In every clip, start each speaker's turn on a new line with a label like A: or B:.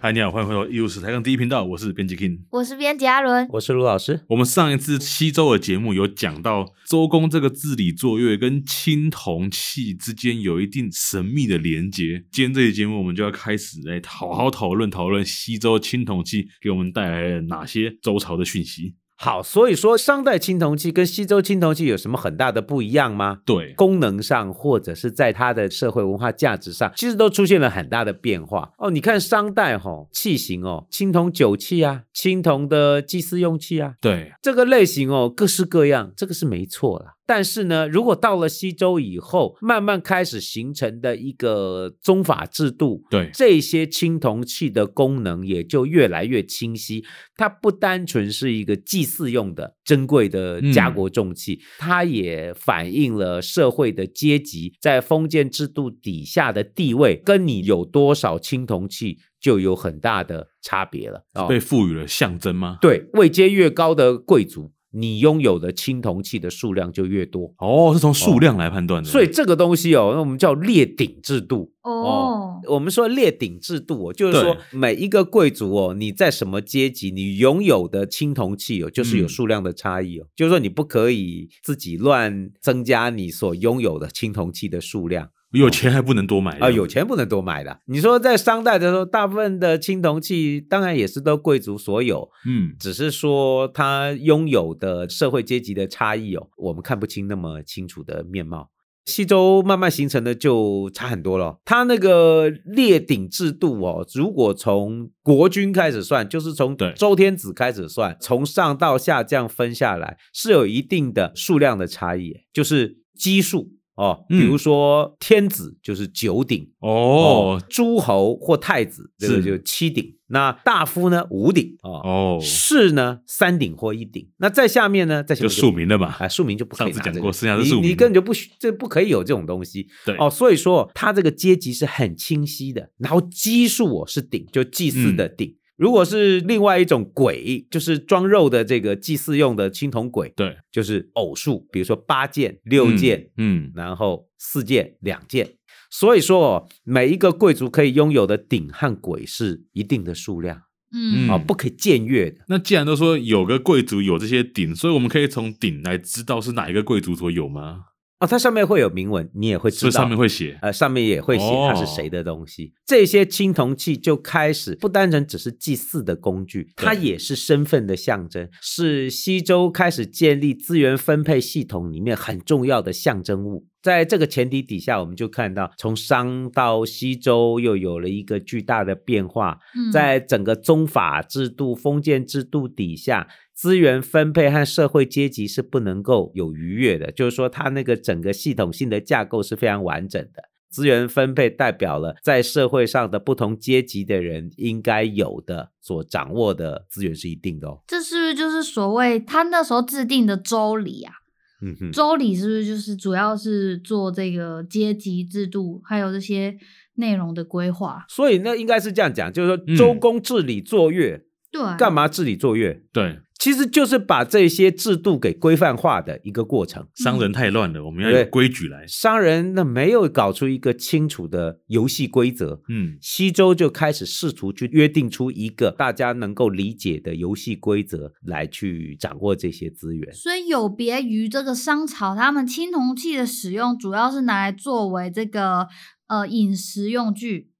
A: 嗨，你好，欢迎回到艺术史台杠第一频道，我是编辑 King。
B: 我是编辑阿伦，
C: 我是卢老师。
A: 我们上一次西周的节目有讲到周公这个治理作乐跟青铜器之间有一定神秘的连结。今天这期节目我们就要开始来好好讨论讨论西周青铜器给我们带来了哪些周朝的讯息。
C: 好，所以说商代青铜器跟西周青铜器有什么很大的不一样吗？
A: 对，
C: 功能上，或者是在它的社会文化价值上，其实都出现了很大的变化哦。你看商代吼、器型哦，青铜酒器啊，青铜的祭祀用器啊，
A: 对，
C: 这个类型哦，各式各样，这个是没错啦。但是呢，如果到了西周以后，慢慢开始形成的一个宗法制度，
A: 对，
C: 这些青铜器的功能也就越来越清晰。它不单纯是一个祭祀用的珍贵的家国重器，它也反映了社会的阶级在封建制度底下的地位，跟你有多少青铜器就有很大的差别了。哦
A: 被赋予了象征吗？
C: 对，位阶越高的贵族，你拥有的青铜器的数量就越多。
A: 哦，是从数量来判断的，
C: 所以这个东西哦，那我们叫列鼎制度。
B: 哦，
C: 我们说列鼎制度哦，就是
A: 对
C: 说每一个贵族哦，你在什么阶级，你拥有的青铜器哦，就是有
A: 嗯
C: 数量的差异哦。就是说你不可以自己乱增加你所拥有的青铜器的数量。
A: 有钱还不能多买
C: 啊、有钱不能多买的。你说在商代的时候，大部分的青铜器当然也是都贵族所有，
A: 嗯，
C: 只是说他拥有的社会阶级的差异哦，我们看不清那么清楚的面貌。西周慢慢形成的就差很多了。他那个列鼎制度哦，如果从国君开始算，就是从
A: 对
C: 周天子开始算，从上到下这样分下来，是有一定的数量的差异，就是基数哦。比如
A: 嗯
C: 说天子就是九鼎，
A: 哦
C: 诸侯或太子这个
A: 是
C: 就七鼎，那大夫呢五鼎哦，
A: 哦，
C: 士呢三鼎或一鼎，那在下面呢，在下
A: 就
C: 面
A: 庶民了嘛，
C: 啊，庶民就不可以拿
A: 上次
C: 这
A: 讲
C: 个，
A: 过剩下是庶民
C: 你你根本就不许这不可以有这种东西
A: 对，
C: 哦，所以说它这个阶级是很清晰的，然后基数哦是鼎，就祭祀
A: 嗯
C: 的鼎。如果是另外一种簋，就是装肉的这个祭祀用的青铜簋，
A: 对，
C: 就是偶数，比如说八件、六件、
A: 嗯，
C: 然后四件、两件。所以说哦，每一个贵族可以拥有的鼎和簋是一定的数量啊、
B: 嗯
A: 嗯
C: 不可以僭越的。
A: 那既然都说有个贵族有这些鼎，所以我们可以从鼎来知道是哪一个贵族所有吗？
C: 哦，它上面会有铭文，你也会知
A: 所
C: 道。
A: 以上面会哦写
C: 呃，上面也会写它是谁的东西。这些青铜器就开始不单纯只是祭祀的工具，它
A: 对
C: 也是身份的象征，是西周开始建立资源分配系统里面很重要的象征物。在这个前提底下，我们就看到从商到西周又有了一个巨大的变化，
B: 嗯
C: 在整个宗法制度、封建制度底下，资源分配和社会阶级是不能够有逾越的，就是说，它那个整个系统性的架构是非常完整的。资源分配代表了在社会上的不同阶级的人应该有的所掌握的资源是一定的哦。
B: 这是不是就是所谓他那时候制定的周礼啊？
C: 嗯哼，
B: 周礼是不是就是主要是做这个阶级制度还有这些内容的规划？
C: 所以那应该是这样讲，就是
A: 嗯
C: 说周公治理作乐，
B: 对，
C: 干嘛治理作乐？
A: 对，
C: 其实就是把这些制度给规范化的一个过程。
A: 商人太乱了，我们要
C: 对
A: 有规矩来。
C: 商人那没有搞出一个清楚的游戏规则，
A: 嗯，
C: 西周就开始试图去约定出一个大家能够理解的游戏规则来去掌握这些资源。
B: 所以有别于这个商朝，他们青铜器的使用主要是拿来作为这个呃饮食用具，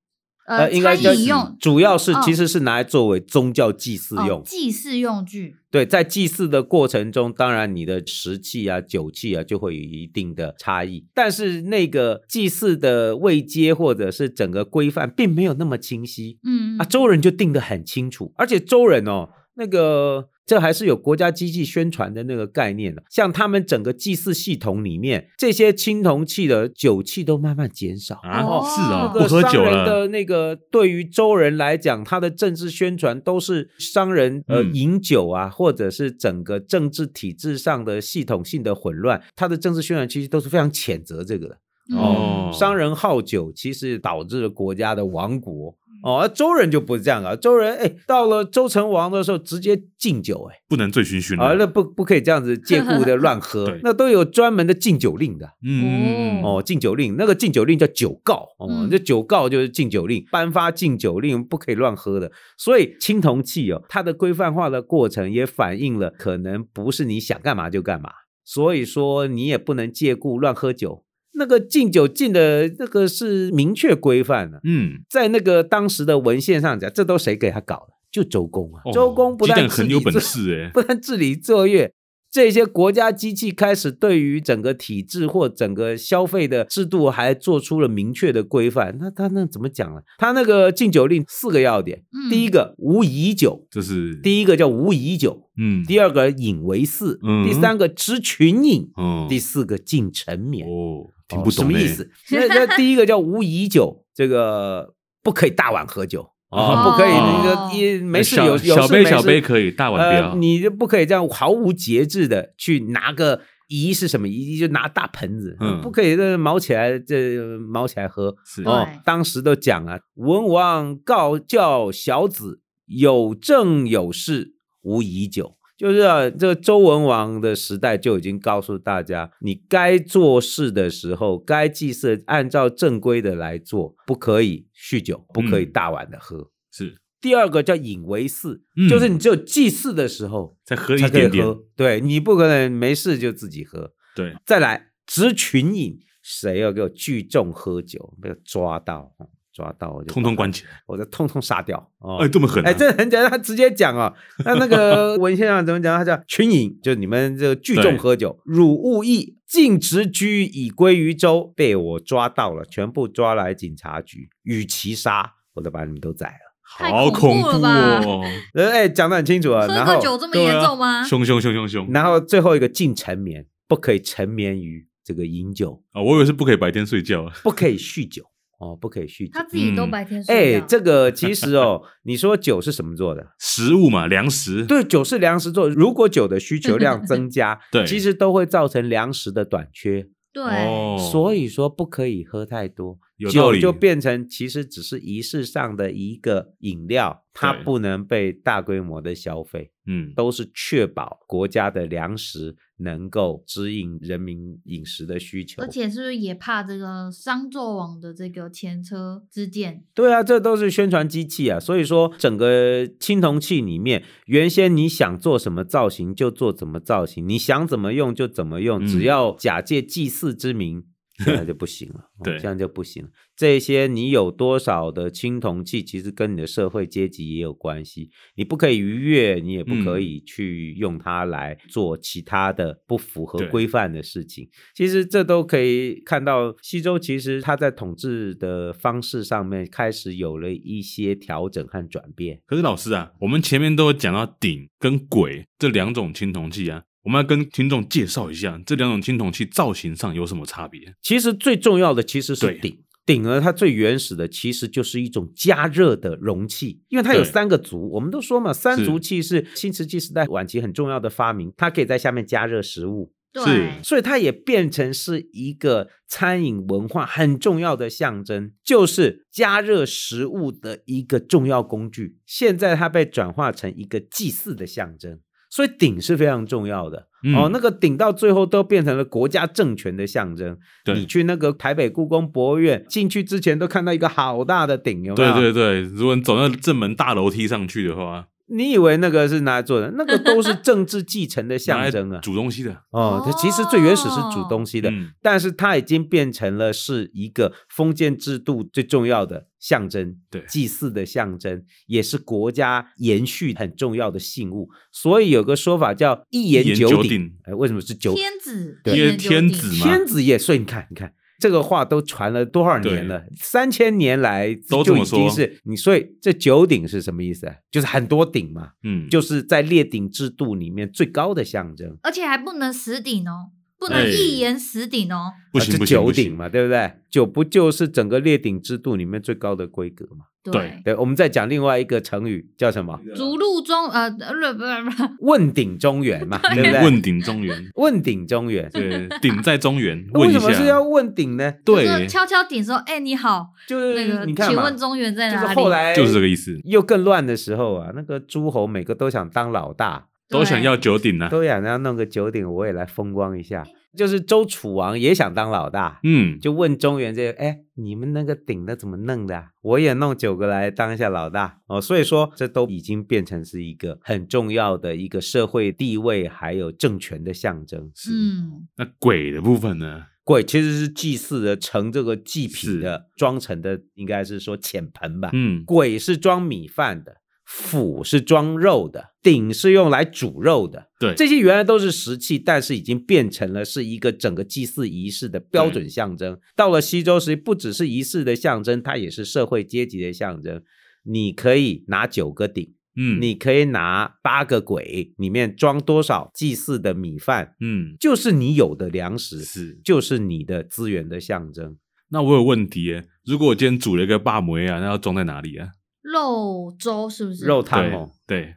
B: 呃，
C: 应该
B: 餐饮
C: 是
B: 用
C: 主要是
B: 哦
C: 其实是拿来作为宗教祭祀用。
B: 哦祭祀用具。
C: 对，在祭祀的过程中，当然你的食器啊、酒器啊就会有一定的差异，但是那个祭祀的位阶或者是整个规范并没有那么清晰。
B: 嗯
C: 啊，周人就定得很清楚，而且周人哦，那个这还是有国家机器宣传的那个概念的，像他们整个祭祀系统里面，这些青铜器的酒器都慢慢减少。
A: 啊，
B: 哦
A: 是哦，
C: 各
A: 不喝
C: 商
A: 酒
C: 人
A: 了，
C: 的那个对于周人来讲，他的政治宣传都是商人呃
A: 嗯
C: 饮酒啊，或者是整个政治体制上的系统性的混乱，他的政治宣传其实都是非常谴责这个的。
B: 嗯
A: 哦
C: 商人好酒，其实导致了国家的亡国。哦，而周人就不是这样啊，周人哎，到了周成王的时候直接敬酒哎，
A: 不能醉醺醺
C: 啊，
A: 的。
C: 那不不可以这样子借故的乱 喝
A: 对，
C: 那都有专门的敬酒令的。
A: 嗯，嗯嗯
C: 哦，禁酒令，那个禁酒令叫酒告哦
B: 嗯，
C: 这酒告就是禁酒令，颁发禁酒令不可以乱喝的。所以青铜器哦，它的规范化的过程也反映了可能不是你想干嘛就干嘛，所以说你也不能借故乱喝酒。那个禁酒禁的那个是明确规范的、
A: 嗯，
C: 在那个当时的文献上讲，这都谁给他搞的？就周公啊，
A: 哦
C: 周公不
A: 鸡
C: 但
A: 蛋
C: 自
A: 很
C: 己
A: 有本
C: 做
A: 事哎，
C: 不但治理作业，这些国家机器开始对于整个体制或整个消费的制度还做出了明确的规范。那他那怎么讲呢？他那个禁酒令四个要点，
B: 嗯
C: 第一个无以酒，
A: 这是
C: 第一个叫无以酒，
A: 嗯，
C: 第二个饮为祀，
A: 嗯
C: 第三个知群饮，
A: 嗯
C: 第四个禁沉眠。
A: 哦，听
C: 哦
A: 不懂
C: 什么
A: 呢
C: 意？思？那那第一个叫无以酒，这个不可以大碗喝酒
A: 哦
C: 啊，不可以那
B: 哦
C: 个一没事
A: 哎小
C: 有有
A: 小
C: 事
A: 杯
C: 没
A: 小
C: 事
A: 杯可以，大碗不要
C: 呃，。你就不可以这样毫无节制的去拿个仪是什么仪，就拿大盆子，
A: 嗯
C: 不可以这毛起来这毛起来喝。
A: 是
B: 对
A: 哦，
C: 哦，当时都讲啊，文武王告教小子有政有事，无以久。就是、啊、这个周文王的时代就已经告诉大家，你该做事的时候，该祭祀按照正规的来做，不可以酗酒，不可以
A: 嗯
C: 大碗的喝。
A: 是
C: 第二个叫饮为祀，
A: 嗯
C: 就是你只有祭祀的时候
A: 再喝一
C: 才可以
A: 点点，
C: 喝，对你不可能没事就自己喝。
A: 对，
C: 再来执群饮，谁要给我聚众喝酒，被抓到，哦抓到我就
A: 通通关起来。
C: 我就通通杀掉。哦
A: 哎，这么狠啊！
C: 哎，这很简单，他直接讲啊、 哦。那那个文献上怎么讲？他叫群饮，就你们这个聚
A: 对
C: 众喝酒，汝勿议，禁直居以归于周。被我抓到了，全部抓来警察局，与其杀，我都把你们都宰了。
B: 太
A: 好恐
B: 恐怖
A: 怖
B: 了吧
A: 哦！
C: 呃，哎，讲得很清楚啊。
B: 喝
C: 然
B: 个
C: 后
B: 酒这么
A: 对
B: 严
A: 啊
B: 重吗？
A: 凶凶凶凶凶
C: 然后最后一个禁沉眠，不可以沉眠于这个饮酒，
A: 啊！我以为是不可以白天睡觉啊。
C: 不可以酗酒哦，不可以酗
B: 他
C: 酒。
B: 自己都
A: 嗯
B: 白天睡
C: 哎，
B: 觉
C: 这个其实哦，你说酒是什么做的？
A: 食物嘛，粮食。
C: 对，酒是粮食做的。如果酒的需求量增加
A: ，对
C: 其实都会造成粮食的短缺。
B: 对，
A: 哦，
C: 所以说不可以喝太多，
A: 有道
C: 酒
A: 理
C: 就变成其实只是仪式上的一个饮料，它
A: 对
C: 不能被大规模的消费。
A: 嗯，
C: 都是确保国家的粮食能够指引人民饮食的需求
B: 而。且是不是也怕这个商纣王的这个前车之鉴？
C: 对啊，这都是宣传机器啊。所以说，整个青铜器里面，原先你想做什么造型就做怎么造型，你想怎么用就怎么用，
A: 嗯
C: 只要假借祭祀之名。现在就不行了，哦
A: 对
C: 这样就不行了。这些你有多少的青铜器，其实跟你的社会阶级也有关系。你不可以逾越，你也不可
A: 嗯
C: 以去用它来做其他的不符合
A: 对
C: 规范的事情。其实这都可以看到，西周其实它在统治的方式上面开始有了一些调整和转变。
A: 可是老师啊，我们前面都有讲到鼎跟簋这两种青铜器啊，我们要跟听众介绍一下这两种青铜器造型上有什么差别。
C: 其实最重要的其实是
A: 对
C: 鼎，鼎呢它最原始的其实就是一种加热的容器，因为它有
A: 对
C: 三个足，我们都说嘛，三
A: 是
C: 足器是新石器时代晚期很重要的发明，它可以在下面加热食物。
B: 对，
C: 所以它也变成是一个餐饮文化很重要的象征，就是加热食物的一个重要工具。现在它被转化成一个祭祀的象征，所以鼎是非常重要的。
A: 嗯
C: 哦，那个鼎到最后都变成了国家政权的象征。
A: 对
C: 你去那个台北故宫博物院进去之前，都看到一个好大的鼎，有没
A: 对对
C: 有？
A: 对，如果你走那正门大楼梯上去的话，
C: 你以为那个是拿来做的？那个 都是政治继承的
A: 拿来！
C: 象征啊
A: 煮东西的。
C: 哦，它其实最原始是煮东西的，
A: 嗯，
C: 但是它已经变成了是一个封建制度最重要的象征，
A: 对
C: 祭祀的象征，也是国家延续很重要的信物。所以有个说法叫“一言
A: 一言九
C: 九
A: 鼎
C: 鼎”，哎，为什么是九？
B: 天子，
A: 对
B: 一人
A: 因为
B: 九鼎
A: 天子嘛
C: 天子也所以你看，你看这个话都传了多少年了？三千年来
A: 都这
C: 就
A: 么
C: 已
A: 说
C: 经是你，所以这九鼎是什么意思啊？就是很多鼎嘛，
A: 嗯，
C: 就是在列鼎制度里面最高的象征。
B: 而且还不能死顶哦，不能
A: 哎
B: 一言死顶哦。
A: 不
C: 呃
A: 行
C: 这
A: 不行
C: 九
A: 不行
C: 鼎，嘛，对不对？九不就是整个列鼎制度里面最高的规格嘛？
A: 对
C: 对，我们再讲另外一个成语叫什
A: 嗯
C: 么？
B: 逐鹿中呃，不不不，
C: 问鼎中 原嘛，对不
A: 嗯
C: 对？
A: 问鼎中原，
C: 问鼎中原，
A: 对，鼎在中原，
C: 那
A: 问
C: 为
A: 一
C: 什么是
A: 下
C: 要，问鼎呢？
B: 就是
A: 对，
B: 敲敲顶说：“哎，你好，
C: 就
B: 那
C: 是
B: 个，
C: 你看
B: 请
C: 嘛，
B: 问中原在
C: 就是
B: 哪里？”
C: 后来
A: 就是这个意思，
C: 又更乱的时候啊，那个诸侯每个都想当老大，
A: 都想
B: 对
A: 要九鼎啊，
C: 都想要弄个九鼎，我也来风光一下。就是周楚王也想当老大，
A: 嗯，
C: 就问中原这个，哎，你们那个鼎那怎么弄的啊、我也弄九个来当一下老大哦。所以说，这都已经变成是一个很重要的一个社会地位还有政权的象征。
B: 嗯，
A: 那鬼的部分呢？
C: 鬼其实是祭祀的盛这个祭
A: 是
C: 品的装成的，应该是说浅盆吧。
A: 嗯，
C: 鬼是装米饭的，釜是装肉的，鼎是用来煮肉的。
A: 对
C: 这些原来都是石器，但是已经变成了是一个整个祭祀仪式的标准象征。到了西周时，不只是仪式的象征，它也是社会阶级的象征。你可以拿九个鼎，
A: 嗯，
C: 你可以拿八个簋，里面装多少祭祀的米饭，
A: 嗯
C: 就是你有的粮食，
A: 是。
C: 就是你的资源的象征。
A: 那我有问题耶，如果我今天煮了一个霸梅啊，那要装在哪里啊？
B: 肉粥是不是？
C: 肉汤
A: 对
C: 哦，
A: 对，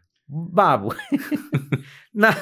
C: 爸不，那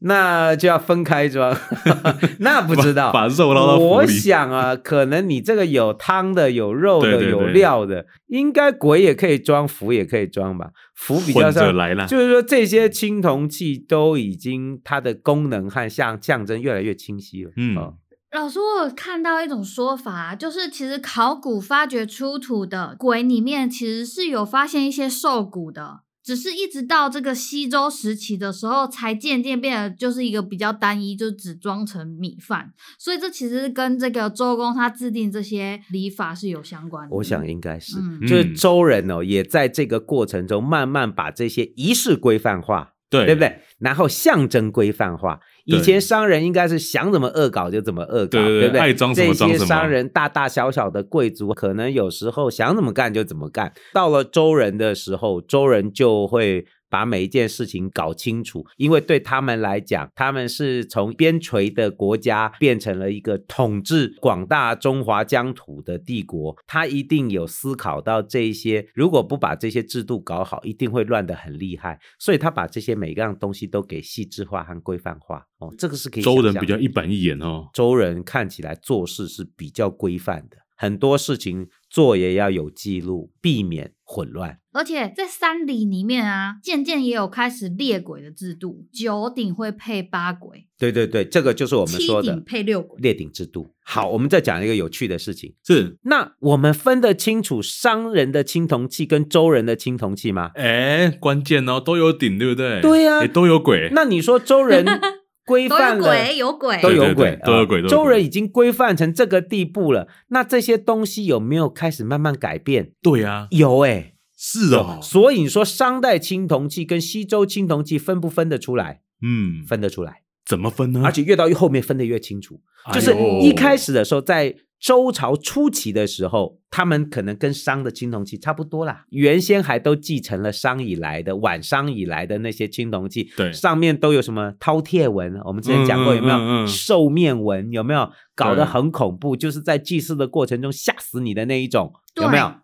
C: 那就要分开装， 那不知 道。
A: 把把肉捞到
C: 我
A: 釜里，
C: 想啊，可能你这个有汤的、有肉的、
A: 对对对
C: 有料的，应该鬼也可以装，符也可以装吧？符比较
A: 混着
C: 上，
A: 来啦。
C: 就是说这些青铜器都已经它的功能和象象征越来越清晰了。
A: 嗯
C: 哦
B: 老师，我有看到一种说法，就是其实考古发掘出土的鬼里面，其实是有发现一些兽骨的，只是一直到这个西周时期的时候，才渐渐变得就是一个比较单一，就只装成米饭。所以这其实跟这个周公他制定这些礼法是有相关的。
C: 我想应该是。
B: 嗯，
C: 就是
A: 嗯
C: 周人哦，也在这个过程中慢慢把这些仪式规范化，
A: 对
C: 对不？对？然后象征规范化，以
A: 对
C: 前商人应该是想怎么恶搞就怎么恶
A: 对
C: 搞，
A: 对对
C: 不啊对？
A: 爱装什么
C: 这
A: 装
C: 些
A: 什么
C: 商人大大小小的贵族，可能有时候想怎么干就怎么干。到了周人的时候，周人就会。把每一件事情搞清楚，因为对他们来讲，他们是从边陲的国家变成了一个统治广大中华疆土的帝国，他一定有思考到这一些，如果不把这些制度搞好，一定会乱得很厉害。所以他把这些每一样东西都给细致化和规范化。哦，这个是可以
A: 周人
C: 想象
A: 比较一板一眼哦，
C: 周人看起来做事是比较规范的，很多事情做也要有记录，避免混乱。
B: 而且在山里里面啊，渐渐也有开始列鬼的制度，九鼎会配八鬼，
C: 对对对，这个就是我们
B: 七
C: 说
B: 鼎
C: 的
B: 配六鬼。
C: 列鼎制度。好，我们再讲一个有趣的事情。
A: 是，
C: 那我们分得清楚商人的青铜器跟周人的青铜器吗？
A: 哎，关键哦，都有顶，对不对？
C: 对呀
A: 哎都有鬼，
C: 那你说 周人规
B: 都有
C: 范了
B: 鬼，有鬼，
C: 都有
A: 对
C: 鬼
A: 对，都有鬼
C: 啊
A: 都有鬼
C: 周人已经规范成这个地步了，那这些东西有没有开始慢慢改变？
A: 对呀，
C: 有哎、
A: 是哦，
C: 所以你说商代青铜器跟西周青铜器分不分得出来？
A: 嗯，
C: 分得出来，
A: 怎么分呢？
C: 而且越到后面分得越清楚。
A: 嗯哎
C: 就
A: 呦
C: 是一开始的时候，在周朝初期的时候，他们可能跟商的青铜器差不多啦，原先还都继承了商以来的、晚商以来的那些青铜器，
A: 对
C: 上面都有什么饕餮纹，我们之前讲过
A: 嗯嗯
C: 有没有？
A: 嗯嗯
C: 兽面纹有没有？搞
A: 对
C: 得很恐怖，就是在祭祀的过程中吓死你的那一种，
B: 对
C: 有没有？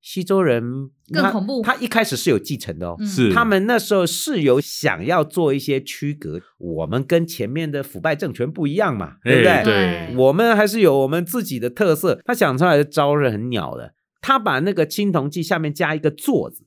C: 西周人
B: 更
C: 他
B: 恐怖
C: 他一开始是有继承的哦，
B: 嗯
A: 是
C: 他们那时候是有想要做一些区隔，我们跟前面的腐败政权不一样嘛，对不
A: 哎
B: 对
A: 对？
C: 我们还是有我们自己的特色。他想出来的招是很鸟的，他把那个青铜器下面加一个座子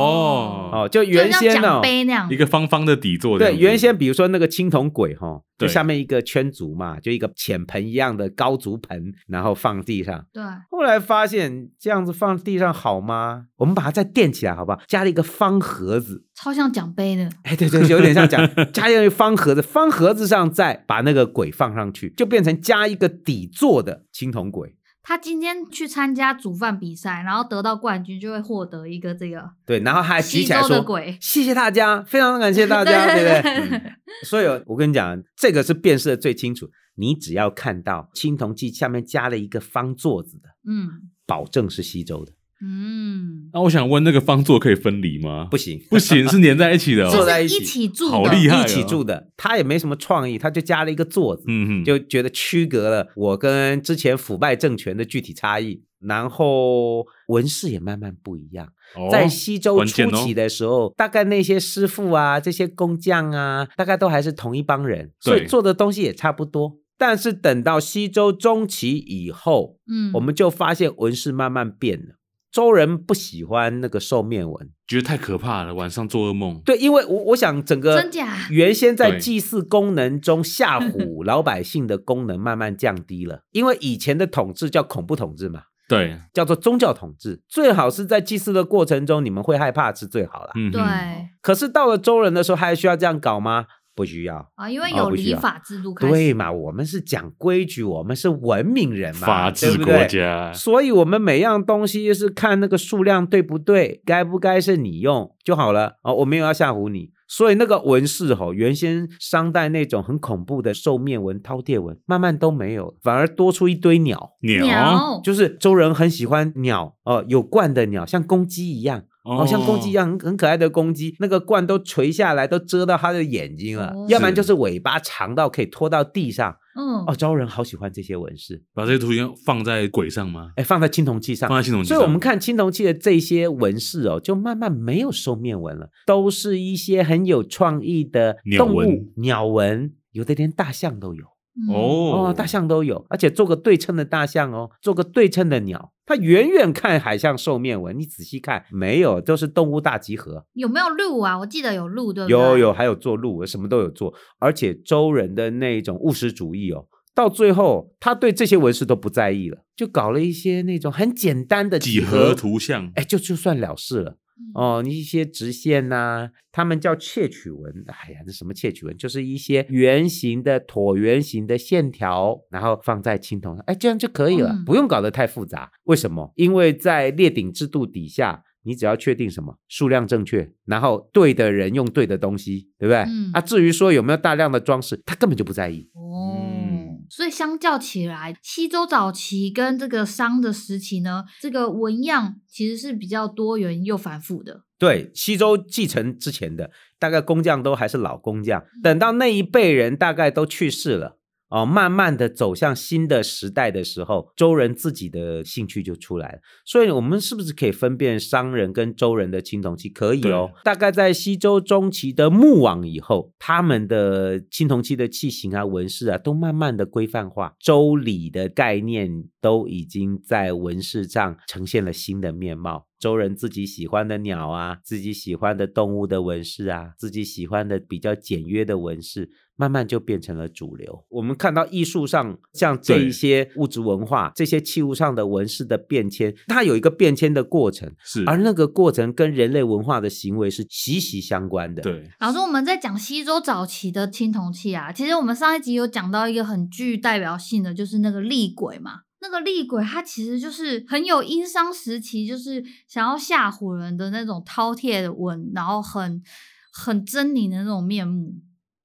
A: 哦
C: 哦，就
B: 就
C: 原
B: 像
C: 先
B: 奖
C: 哦，
B: 杯那样
A: 一，个方方的底座这样
C: 对，
A: 子，
C: 原先比如说那个青铜簋哈，就
A: 对
C: 下面一个圈足嘛，就一个浅盆一样的高足盆，然后放地上。
B: 对，
C: 后来发现这样子放地上好吗？我们把它再垫起来好不好？加了一个方盒子，
B: 超像奖杯的，
C: 哎，对对，有点像讲加一个方盒子，方盒子上再把那个鬼放上去，就变成加一个底座的青铜鬼。
B: 他今天去参加煮饭比赛，然后得到冠军，就会获得一个这个
C: 对，然后他还哎举
B: 西
C: 起来
B: 周
C: 说
B: 的鬼：“。
C: 谢谢大家，非常感谢 大家，对不对？”所以，哦我跟你讲，这个是辨识的最清楚。你只要看到青铜器下面加了一个方座子的，
B: 嗯，
C: 保证是西周的。
B: 嗯，
A: 那我想问，那个方座可以分离吗？
C: 不行，
A: 不行，是粘在一起的、
C: 坐
A: 哦。
C: 在一
B: 就是
C: 起
B: 起住的，
A: 好厉害啊
C: 一起住的，他也没什么创意，他就加了一个座子，
A: 嗯哼，
C: 就觉得区隔了我跟之前腐败政权的具体差异。然后文饰也慢慢不一样，
A: 哦
C: 在西周
A: 关键
C: 初
A: 哦
C: 期的时候，大概那些师傅啊、这些工匠啊，大概都还是同一帮人，所以
A: 对
C: 做的东西也差不多。但是等到西周中期以后，
B: 嗯，
C: 我们就发现纹饰慢慢变了。周人不喜欢那个兽面纹，
A: 觉得太可怕了，晚上做噩梦。
C: 对，因为我我想整个嗯
B: 真假
C: 原先在
A: 对
C: 祭祀功能中吓唬老百姓的功能慢慢降低了，因为以前的统治叫恐怖统治嘛，
A: 对，
C: 叫做宗教统治，最好是在祭祀的过程中你们会害怕是最好啦。
A: 嗯哼，
B: 对
C: 可是到了周人的时候，还需要这样搞吗？不需要。
B: 啊，因为
C: 哦
B: 有
C: 不需
B: 礼
C: 要
B: 法制度开始，
C: 对嘛，我们是讲规矩，我们是文明人嘛，
A: 法
C: 对
A: 治
C: 不
A: 国
C: 对
A: 家，
C: 所以，我们每样东西是看那个数量对不对，该不该是你用就好了哦。我没有要吓唬你，所以那个纹饰吼，原先商代那种很恐怖的兽面纹、饕餮纹，慢慢都没有，反而多出一堆鸟，
A: 鸟，
C: 啊就是周人很喜欢鸟哦、有冠的鸟，像公鸡一样，
A: 哦
C: 哦，像公鸡一，样很很可爱的公鸡，那个冠都垂下来，都遮到它的眼睛了，
B: 哦
C: 要不然
A: 是
C: 就是尾巴长到可以拖到地上。
B: 嗯，
C: 哦，周人好喜欢这些纹饰，
A: 把这些图形放在轨上吗？
C: 哎，放在青铜器上，
A: 放在系统机
C: 所
A: 上，
C: 以，我们看青铜器的这些纹饰哦，就慢慢没有兽面纹了，都是一些很有创意的
A: 鸟
C: 动
A: 纹
C: 物、鸟纹，有的连大象都有
B: 嗯，
A: 哦，
C: 大象都有，而且做个对称的大象哦，做个对称的鸟，它远远看还像兽面纹，你仔细看没有，都是动物大集合。
B: 有没有鹿啊？我记得有鹿，对不对？
C: 有有，还有做鹿，什么都有做，而且周人的那种务实主义哦，到最后他对这些纹饰都不在意了，就搞了一些那种很简单的
A: 几何图像，
C: 哎，就就算了事了。
B: 嗯
C: 哦，你一些直线呐、他们叫窃取纹。哎呀，那什么窃取纹，就是一些圆形的、椭圆形的线条，然后放在青铜上，哎，这样就可以了，
B: 嗯
C: 不用搞得太复杂。为什么？因为在列鼎制度底下，你只要确定什么数量正确，然后对的人用对的东西，对不对？
B: 嗯
C: 啊，至于说有没有大量的装饰，他根本就不在意。
B: 哦。
A: 嗯
B: 所以相较起来，西周早期跟这个商的时期呢，这个纹样其实是比较多元又繁复的。
C: 对，西周继承之前的，大概工匠都还是老工匠，
B: 嗯
C: 等到那一辈人大概都去世了。哦，慢慢的走向新的时代的时候，周人自己的兴趣就出来了。所以，我们是不是可以分辨商人跟周人的青铜器？可以哦。大概在西周中期的穆王以后，他们的青铜器的器型啊、纹饰啊，都慢慢的规范化，周礼的概念都已经在纹饰上呈现了新的面貌。周人自己喜欢的鸟啊，自己喜欢的动物的纹饰啊，自己喜欢的比较简约的纹饰，慢慢就变成了主流。我们看到艺术上，像这
A: 对
C: 一些物质文化、这些器物上的纹饰的变迁，它有一个变迁的过程，
A: 是，
C: 哎而那个过程跟人类文化的行为是息息相关的。，
A: 对，
B: 老师，我们在讲西周早期的青铜器啊，其实我们上一集有讲到一个很具代表性的，就是那个厉鬼嘛。那个厉鬼，它其实就是很有殷商时期，就是想要吓唬人的那种饕餮的纹，然后很很狰狞的那种面目。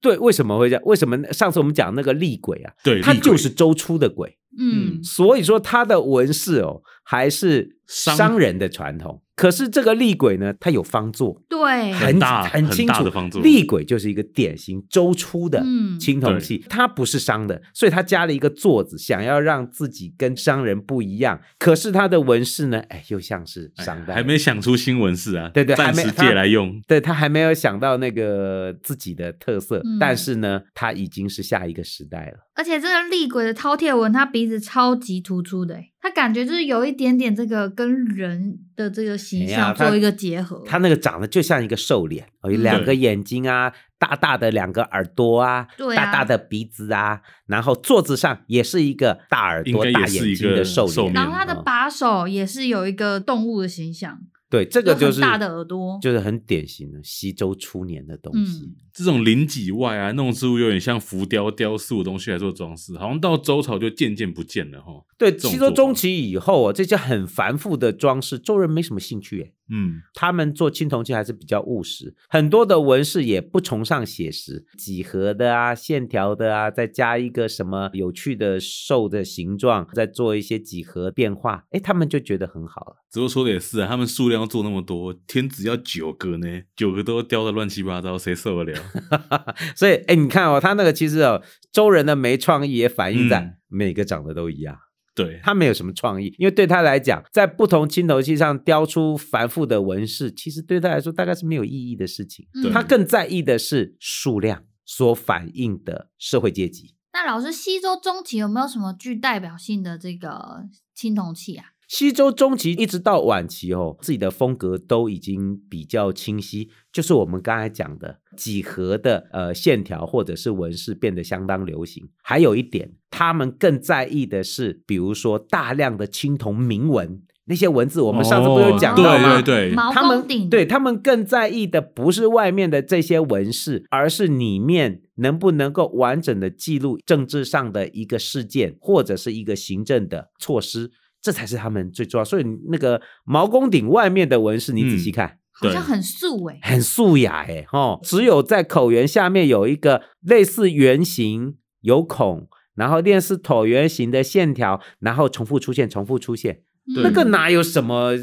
C: 对，为什么会这样？为什么上次我们讲那个厉鬼啊，
A: 对，
C: 它
A: 厉鬼
C: 就是周出的鬼，
B: 嗯，
C: 所以说它的纹饰哦，还是
A: 商
C: 商人的传统。可是这个厉鬼呢，它有方座，
B: 对，
A: 很大
C: 很
A: 很
C: 清
A: 大
C: 楚
A: 的方座
C: 厉鬼就是一个典型周出的
B: 嗯
C: 青铜器，它不是商的，所以它加了一个座子，想要让自己跟商人不一样。可是它的纹饰呢，哎，又像是
A: 哎
C: 商代，
A: 还没想出新闻事啊，
C: 对对
A: 暂
C: 还没
A: 时借来用，
C: 对他还没有想到那个自己的特色，
B: 嗯
C: 但是呢，他已经是下一个时代了。
B: 而且这个厉鬼的饕餮纹，它鼻子超级突出的、欸，它感觉就是有一点点这个跟人的这个形
C: 哎呀
B: 象
C: 它
B: 做一个结合。
C: 他那个长得就像一个兽脸，哦，有
B: 嗯
C: 两个
A: 对
C: 眼睛啊，大大的两个耳朵啊，
B: 对啊
C: 大大的鼻子啊，然后坐子上也是一个大耳朵、
A: 应该
C: 大
A: 也是
C: 眼
A: 一
C: 睛
A: 个
C: 的兽
A: 兽
C: 脸。
A: 面
B: 然后它的
C: 哦
B: 把手也是有一个动物的形象。
C: 对，这个
B: 有很
C: 就是
B: 大的耳朵
C: 就是很典型的西周初年的东西。
B: 嗯
A: 这种零几外啊，那种植物有点像浮雕雕塑的东西来做装饰，好像到周朝就渐渐不见了哈。
C: 对，
A: 种
C: 西周
A: 做
C: 中
A: 法
C: 期以后啊，这些很繁复的装饰，周人没什么兴趣耶。
A: 嗯，
C: 他们做青铜器还是比较务实，很多的纹饰也不崇尚写实，几何的啊、线条的啊，再加一个什么有趣的兽的形状，再做一些几何变化，哎，他们就觉得很好了。
A: 只不过说的也是啊，他们数量要做那么多，天子要九个呢，九个都雕的乱七八糟，谁受 得了？
C: 所以，哎，你看哦，他那个其实哦，周人的没创意也反映
A: 嗯
C: 在每个长得都一样。
A: 对，
C: 他没有什么创意，因为对他来讲，在不同青铜器上雕出繁复的纹饰，其实对他来说大概是没有意义的事情。
A: 对
B: 嗯，
C: 他更在意的是数量所反映的社会阶级。
B: 那老师，西周中期有没有什么具代表性的这个青铜器啊？
C: 西周中期一直到晚期哦，自己的风格都已经比较清晰，就是我们刚才讲的几何的呃线条或者是纹饰变得相当流行。还有一点，他们更在意的是，比如说大量的青铜铭文，那些文字我
A: 我
C: 们上次不是有讲到吗？
A: 哦对对对，
B: 毛
C: 他们
B: 公鼎
C: 对他们更在意的不是外面的这些纹饰，而是里面能不能够完整的记录政治上的一个事件或者是一个行政的措施，这才是他们最重要。所以那个毛公鼎外面的纹饰，你仔细看。
B: 好像
A: 对
B: 很素哎、
C: 很素雅哎，哦，只有在口圆下面有一个类似圆形有孔，然后类似椭圆形的线条，然后重复出现，重复出现，
A: 对
C: 那
B: 嗯
C: 个哪有什么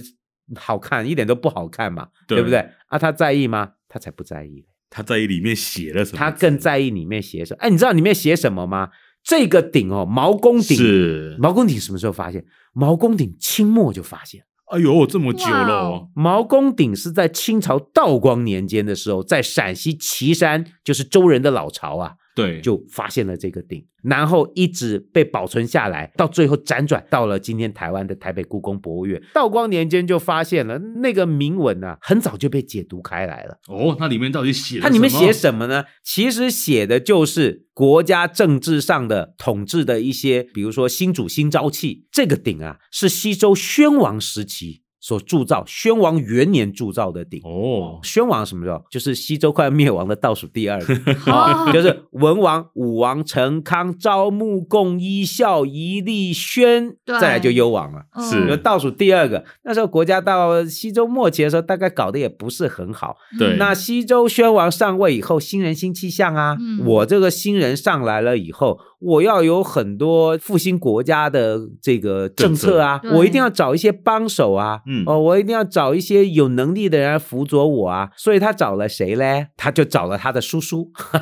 C: 好看，一点都不好看嘛，
A: 对
C: 对不对？啊，他在意吗？他才不在意，
A: 他在意里面写了什么，
C: 他更在意里面写什么。哎，你知道里面写什么吗？这个鼎哦，毛公鼎，
A: 是，
C: 毛公鼎什么时候发现？毛公鼎清末就发现了。
A: 哎呦，这么久了
B: 哇
A: 哦
B: 哦，
C: 毛公鼎是在清朝道光年间的时候，在陕西岐山，就是周人的老巢啊，
A: 对，
C: 就发现了这个鼎，然后一直被保存下来，到最后辗转到了今天台湾的台北故宫博物院。道光年间就发现了那个铭文啊，很早就被解读开来了。
A: 哦，那里面到底写了
C: 它里面
A: 什
C: 写
A: 么
C: 什么呢？其实写的就是国家政治上的统治的一些，比如说新主新朝气。这个鼎啊，是西周宣王时期所铸造，宣王元年铸造的鼎。
A: 哦，
C: 宣王什么时候？就是西周快灭亡的倒数第二 年，
B: 哦
C: 就是文王、武王、成康、昭穆、共一、孝、仪、立、宣，
B: 对
C: 再来就幽王了。
B: 嗯
A: 是
C: 就倒数第二个，那时候国家到西周末期的时候，大概搞得也不是很好。
A: 对
C: 那西周宣王上位以后，新人新气象啊。
B: 嗯
C: 我这个新人上来了以后，我要有很多复兴国家的这个政策啊，
B: 政策
C: 我一定要找一些帮手啊。
A: 嗯
C: 哦，我一定要找一些有能力的人来辅佐我啊。所以他找了谁嘞？他就找了他的叔叔，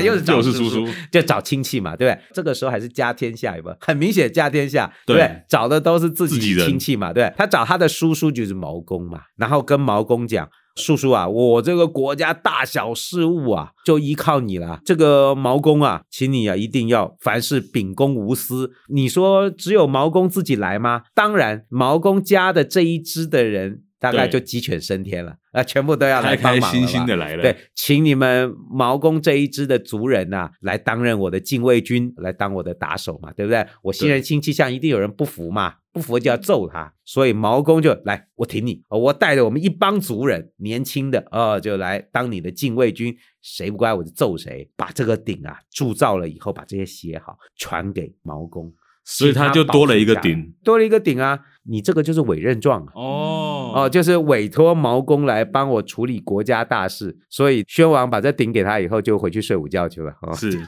C: 又是找
A: 就是
C: 叔
A: 叔，
C: 就找亲戚嘛，对不对？这个时候还是家天下，有没有？很明显家天下，对不
A: 对
C: 对？找的都是自
A: 自己
C: 己
A: 人
C: 亲戚嘛，对不对？他找他的叔叔就是毛公嘛，然后跟毛公讲。叔叔啊，我这个国家大小事务啊，就依靠你了。这个毛公啊，请你啊，一定要凡事秉公无私。你说只有毛公自己来吗？当然，毛公家的这一支的人，大概
A: 对
C: 就鸡犬升天了啊，全部都要
A: 开
C: 来帮
A: 开
C: 忙了
A: 心心
C: 吧
A: 的来了，
C: 对，请你们毛公这一支的族人呐、来担任我的禁卫军，来当我的打手嘛，对不对？我新人新气象，一定有人不服嘛，不服就要揍他。所以毛公就来，我挺你，呃我带着我们一帮族人，年轻的哦、就来当你的禁卫军，谁不乖我就揍谁。把这个鼎啊铸造了以后，把这些写好，传给毛公，
A: 所以
C: 请
A: 他
C: 他
A: 就
C: 保
A: 多了
C: 存
A: 一个
C: 下来
A: 鼎
C: 多了一个鼎啊，你这个就是委任状啊。
A: 哦
C: 哦，就是委托毛公来帮我处理国家大事，所以宣王把这鼎给他以后，就回去睡午觉去了。哦，
A: 是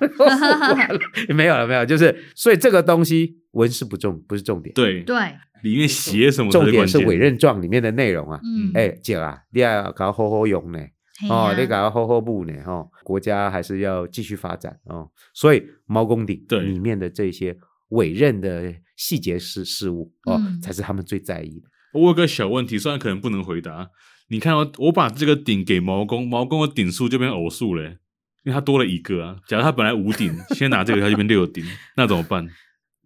C: 没有了，没有，就是所以这个东西文饰不重，不是重点，
A: 对，
B: 对，
A: 里面写什么才
C: 重点
A: 关
C: 是
A: 键
C: 委任状里面的内容啊。
B: 嗯，
C: 哎、姐啊，你要搞好好用呢，
B: 嘿呀
C: 哦，你搞好好补呢，哦，国家还是要继续发展哦。所以毛公鼎
A: 对
C: 里面的这些委任的细节事事物哦，
B: 嗯
C: 才是他们最在意的。
A: 我有个小问题，虽然可能不能回答。你看哦，我把这个顶给毛公，毛公的顶数就变偶数嘞，因为他多了一个啊。假如他本来五 顶，先拿这个，他就变六顶，那怎么办？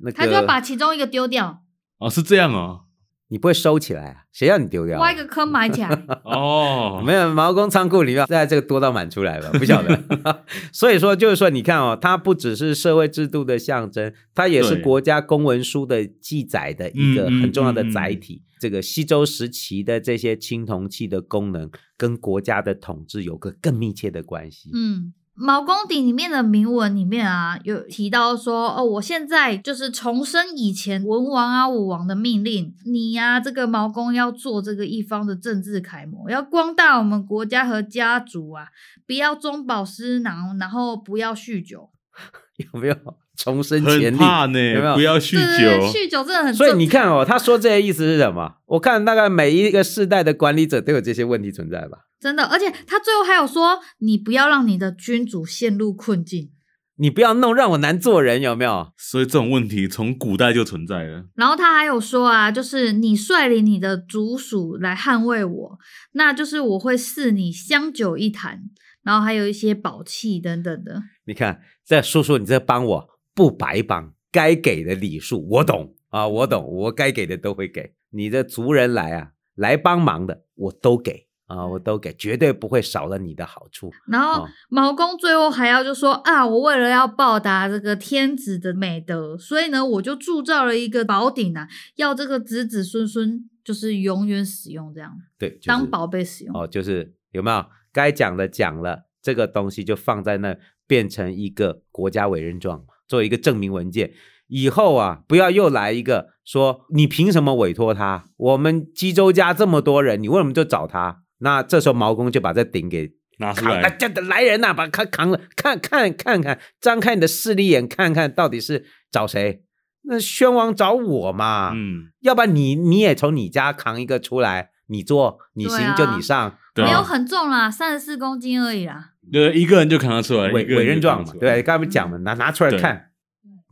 C: 那个
B: 他就要把其中一个丢掉，
A: 哦，是这样 哦，
C: 你不会收起来啊？谁让你丢掉啊？
B: 挖一个坑埋起来。
A: 哦，
C: 没有毛公仓库里面，现在这个多到满出来 了，不晓得。 所以说，就是说，你看哦，它不只是社会制度的象征，它也是
A: 对
C: 国家公文书的记载的一个
A: 嗯嗯
C: 很重要的
A: 嗯嗯
C: 载体。这个西周时期的这些青铜器的功能跟国家的统治有个更密切的关系。
B: 嗯，毛公鼎里面的铭文里面啊，有提到说，哦，我现在就是重申以前文王啊、武王的命令，你呀、这个毛公要做这个一方的政治楷模，要光大我们国家和家族啊，不要中饱私囊，然后不要酗酒。
C: 有没有重生潜
A: 很
C: 力？
A: 怕呢
C: 有没有，
A: 不要酗
B: 对对对，
A: 酒。
B: 酗酒真的很
C: 所以你
B: 正常
C: 看哦，他说这些意思是什么？我看大概每一个世代的管理者都有这些问题存在吧。
B: 真的，而且他最后还有说，你不要让你的君主陷入困境。
C: 你不要弄让我难做人，有没有？
A: 所以这种问题从古代就存在了。
B: 然后他还有说啊，就是你率领你的族属来捍卫我，那就是我会赐你香酒一坛，然后还有一些宝器等等的。
C: 你看，这叔叔，你这帮我不白帮，该给的礼数我懂啊，我懂，我该给的都会给。你的族人来啊，来帮忙的我都给啊，我都给，绝对不会少了你的好处。
B: 然后
C: 哦
B: 毛公最后还要就说啊，我为了要报答这个天子的美德，所以呢，我就铸造了一个宝鼎啊，要这个子子孙孙就是永远使用，这样
C: 对，就是、
B: 当宝贝使用。
C: 哦，就是有没有该讲的讲了，这个东西就放在那，变成一个国家委任状嘛，做一个证明文件。以后啊，不要又来一个说你凭什么委托他？我们姬州家这么多人，你为什么就找他？那这时候毛公就把这鼎给
A: 拿出
C: 扛了，
A: 来，
C: 这来人呐、把他扛了，看看看看，张开你的势利眼，看看到底是找谁？那宣王找我嘛，
A: 嗯，
C: 要不然你你也从你家扛一个出来，你做你
B: 对
C: 行
B: 啊
C: 就你上，
A: 对
B: 没有
A: 啊，
B: 很重啦，三十四公斤而已啦。
A: 对，一个人就扛得出来，
C: 委
A: 一个
C: 委
A: 人
C: 任
A: 就扛
C: 状
A: 得
C: 嘛，
A: 出来
C: 对，刚才不讲嘛，拿拿出
A: 嗯
C: 来
A: 对
C: 看，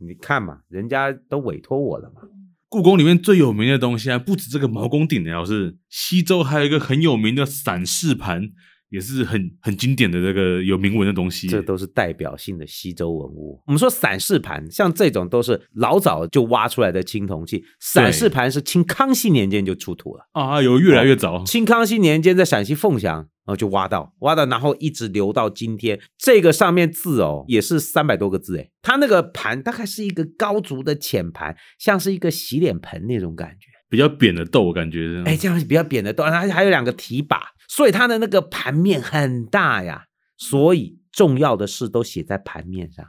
C: 你看嘛，人家都委托我了嘛，
A: 故宫里面最有名的东西啊，不止这个毛公鼎的，老师，西周还有一个很有名的散氏盘，也是很很经典的这个有铭文的东西。
C: 这都是代表性的西周文物。我们说散氏盘，像这种都是老早就挖出来的青铜器，散氏盘是清康熙年间就出土了，
A: 啊，有越来越早，
C: 清康熙年间在陕西凤翔，然后就挖到，挖到，然后一直留到今天。这个上面字哦，也是三百多个字哎，它那个盘大概是一个高足的浅盘，像是一个洗脸盆那种感觉。
A: 比较扁的豆，我感觉是。
C: 哎，这样比较扁的多，它还有两个提把，所以它的那个盘面很大呀。所以重要的事都写在盘面上。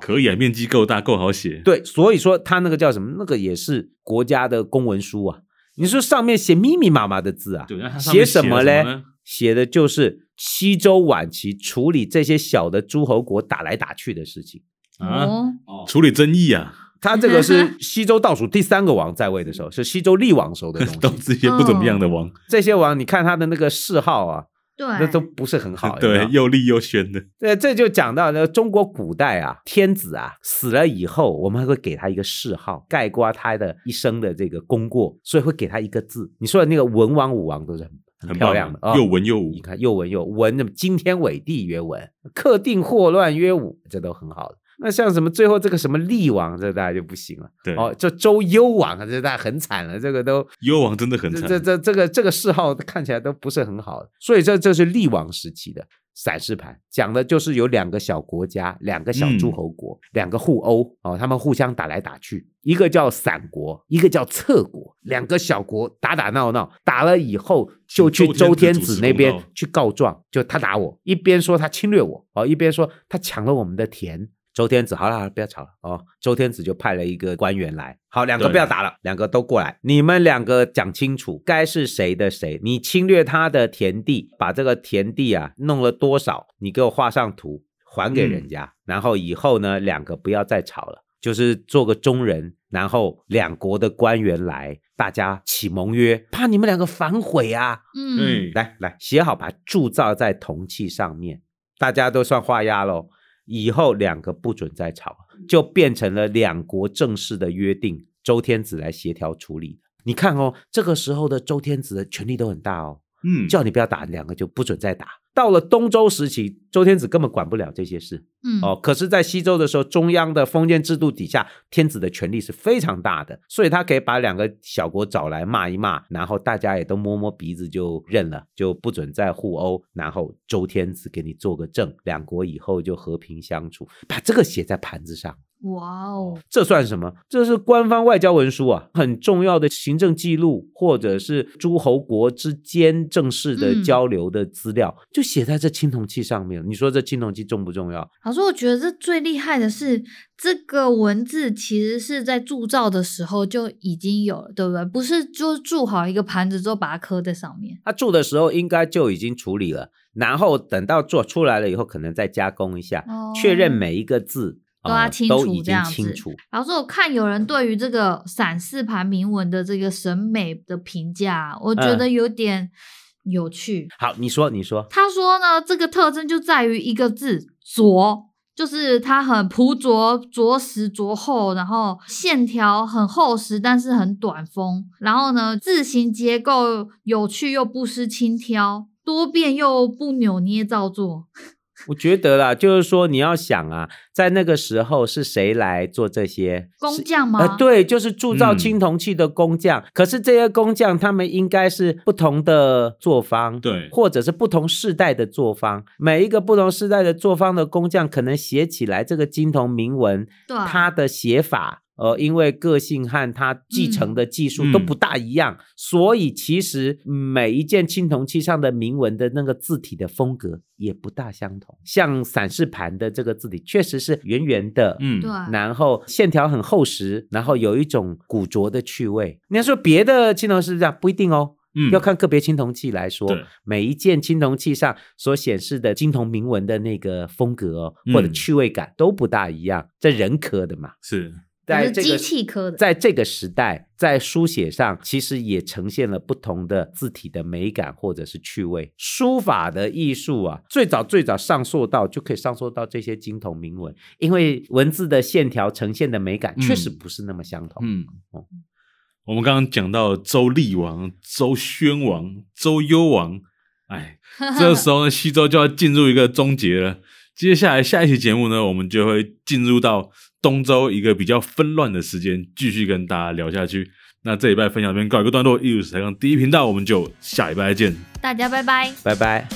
A: 可以啊，面积够大，够好写。
C: 对，所以说它那个叫什么？那个也是国家的公文书啊。你说上面写密密麻麻的字啊，
A: 对，那它上
C: 写
A: 面
C: 什
A: 了
C: 么
A: 嘞？
C: 嘞？写的就是西周晚期处理这些小的诸侯国打来打去的事情。
A: 啊
B: 哦，
A: 处理争议啊，
C: 他这 个是西周倒数第三个王在位的时候，是西周厉王时候的
A: 嗯 都
C: 东西。
A: 是一些不怎么样
C: 哦
A: 的王，
C: 这些王，你看他的那个谥号啊，
B: 对，
C: 那都不是很好。有没有
A: 对，又利又宣的。
C: 这呃这就讲到呢，中国古代啊，天子啊死了以后，我们还会给他一个谥号，概括他的一生的这个功过，所以会给他一个字。你说的那个文王、武王都是很很
A: 很
C: 漂
A: 棒
C: 亮的
A: 啊
C: 啊，
A: 又文又武
C: 你看又文又武文，那么惊天伟地曰文，克定祸乱曰武，这都很好的。那像什么最后这个什么厉王，这大家就不行了。
A: 对，
C: 哦，这周幽王，这大家很惨了，这个都
A: 幽王真的很
C: 这
A: 惨。
C: 这这这个这个谥号看起来都不是很好，所以这这是厉王时期的散氏盘，讲的就是有两个小国家，两个小
A: 嗯
C: 诸侯国，两个互殴哦，他们互相打来打去，一个叫散国，一个叫侧国，两个小国打打闹闹，打了以后就去
A: 周
C: 周天
A: 天子
C: 子
A: 主持
C: 那
A: 公
C: 边
A: 道
C: 去告状，就他打我，一边说他侵略我，哦，一边说他抢了我们的田。周天子，好了好了，不要吵了哦。周天子就派了一个官员来，好，两个
A: 对
C: 不要打了，两个都过来，你们两个讲清楚，该是谁的谁。你侵略他的田地，把这个田地啊弄了多少，你给我画上图，还给人家。然后以后呢，两个不要再吵了，就是做个中人，然后两国的官员来，大家起盟约，怕你们两个反悔啊。
B: 嗯，
A: 对，
C: 来来，写好，把它铸造在铜器上面，大家都算画押喽。以后两个不准再吵，就变成了两国正式的约定，周天子来协调处理。你看哦，这个时候的周天子的权力都很大哦，
A: 嗯，
C: 叫你不要打，两个就不准再打。到了东周时期，周天子根本管不了这些事，
B: 嗯，
C: 哦，可是，在西周的时候，中央的封建制度底下，天子的权力是非常大的，所以他可以把两个小国找来骂一骂，然后大家也都摸摸鼻子就认了，就不准再互殴，然后周天子给你做个证，两国以后就和平相处，把这个写在盘子上。
B: 哇哦，
C: 这算什么？这是官方外交文书啊，很重要的行政记录，或者是诸侯国之间正式的
B: 嗯
C: 交流的资料，就写在这青铜器上面。你说这青铜器重不重要？
B: 老师，我觉得这最厉害的是，这个文字其实是在铸造的时候就已经有了，对不对？不是就铸好一个盘子之后把它刻在上面。
C: 他做的时候应该就已经处理了，然后等到做出来了以后，可能再加工一下，
B: 哦
C: 确认每一个字
B: 都要
C: 啊
B: 清
C: 都
B: 楚
C: 已
B: 这
C: 经
B: 样
C: 清
B: 子
C: 楚。
B: 老师，我看有人对于这个散四盘铭文的这个审美的评价，啊我觉
C: 嗯
B: 得有点有趣。
C: 好，你说，你说，
B: 他说呢，这个特征就在于一个字“拙”，就是它很朴拙、着实、着厚，然后线条很厚实，但是很短锋。然后呢，字形结构有趣又不失轻佻，多变又不扭捏造作。
C: 我觉得啦，就是说你要想啊，在那个时候是谁来做这些？
B: 工
C: 是
B: 匠吗？嗯
C: 呃，对，就是铸造
A: 嗯
C: 青铜器的工匠。可是这些工匠，他们应该是不同的作坊，
A: 对
C: 或者是不同世代的作坊。每一个不同世代的作坊的工匠，可能写起来这个金铜铭文，
B: 对啊，
C: 它的写法。呃，因为个性和它继承的技术
A: 嗯
C: 都不大一样，所以其实嗯每一件青铜器上的铭文的那个字体的风格也不大相同。像散氏盘的这个字体，确实是圆圆的，
A: 嗯，
B: 对啊，
C: 然后线条很厚实，然后有一种古拙的趣味。你要说别的青铜是不是这样？不一定哦，
A: 嗯，
C: 要看个别青铜器来说
A: 对，
C: 每一件青铜器上所显示的金铜铭文的那个风格、哦、
A: 嗯
C: 或者趣味感都不大一样，这人刻的嘛。
A: 是，
C: 在
B: 是
C: 这
B: 机
C: 个
B: 器刻的。
C: 在这个时代，在书写上其实也呈现了不同的字体的美感或者是趣味。书法的艺术啊，最早最早上溯到就可以上溯到这些金铜铭文，因为文字的线条呈现的美感
A: 嗯
C: 确实不是那么相同。
A: 嗯
C: 哦，
A: 我们刚刚讲到周厉王、周宣王、周幽王，哎，这时候呢，西周就要进入一个终结了。接下来下一期节目呢，我们就会进入到东周一个比较纷乱的时间，继续跟大家聊下去。那这礼拜分享这边告一个段落，艺术史台上第一频道，我们就下礼拜见。
B: 大家拜拜。
C: 拜拜。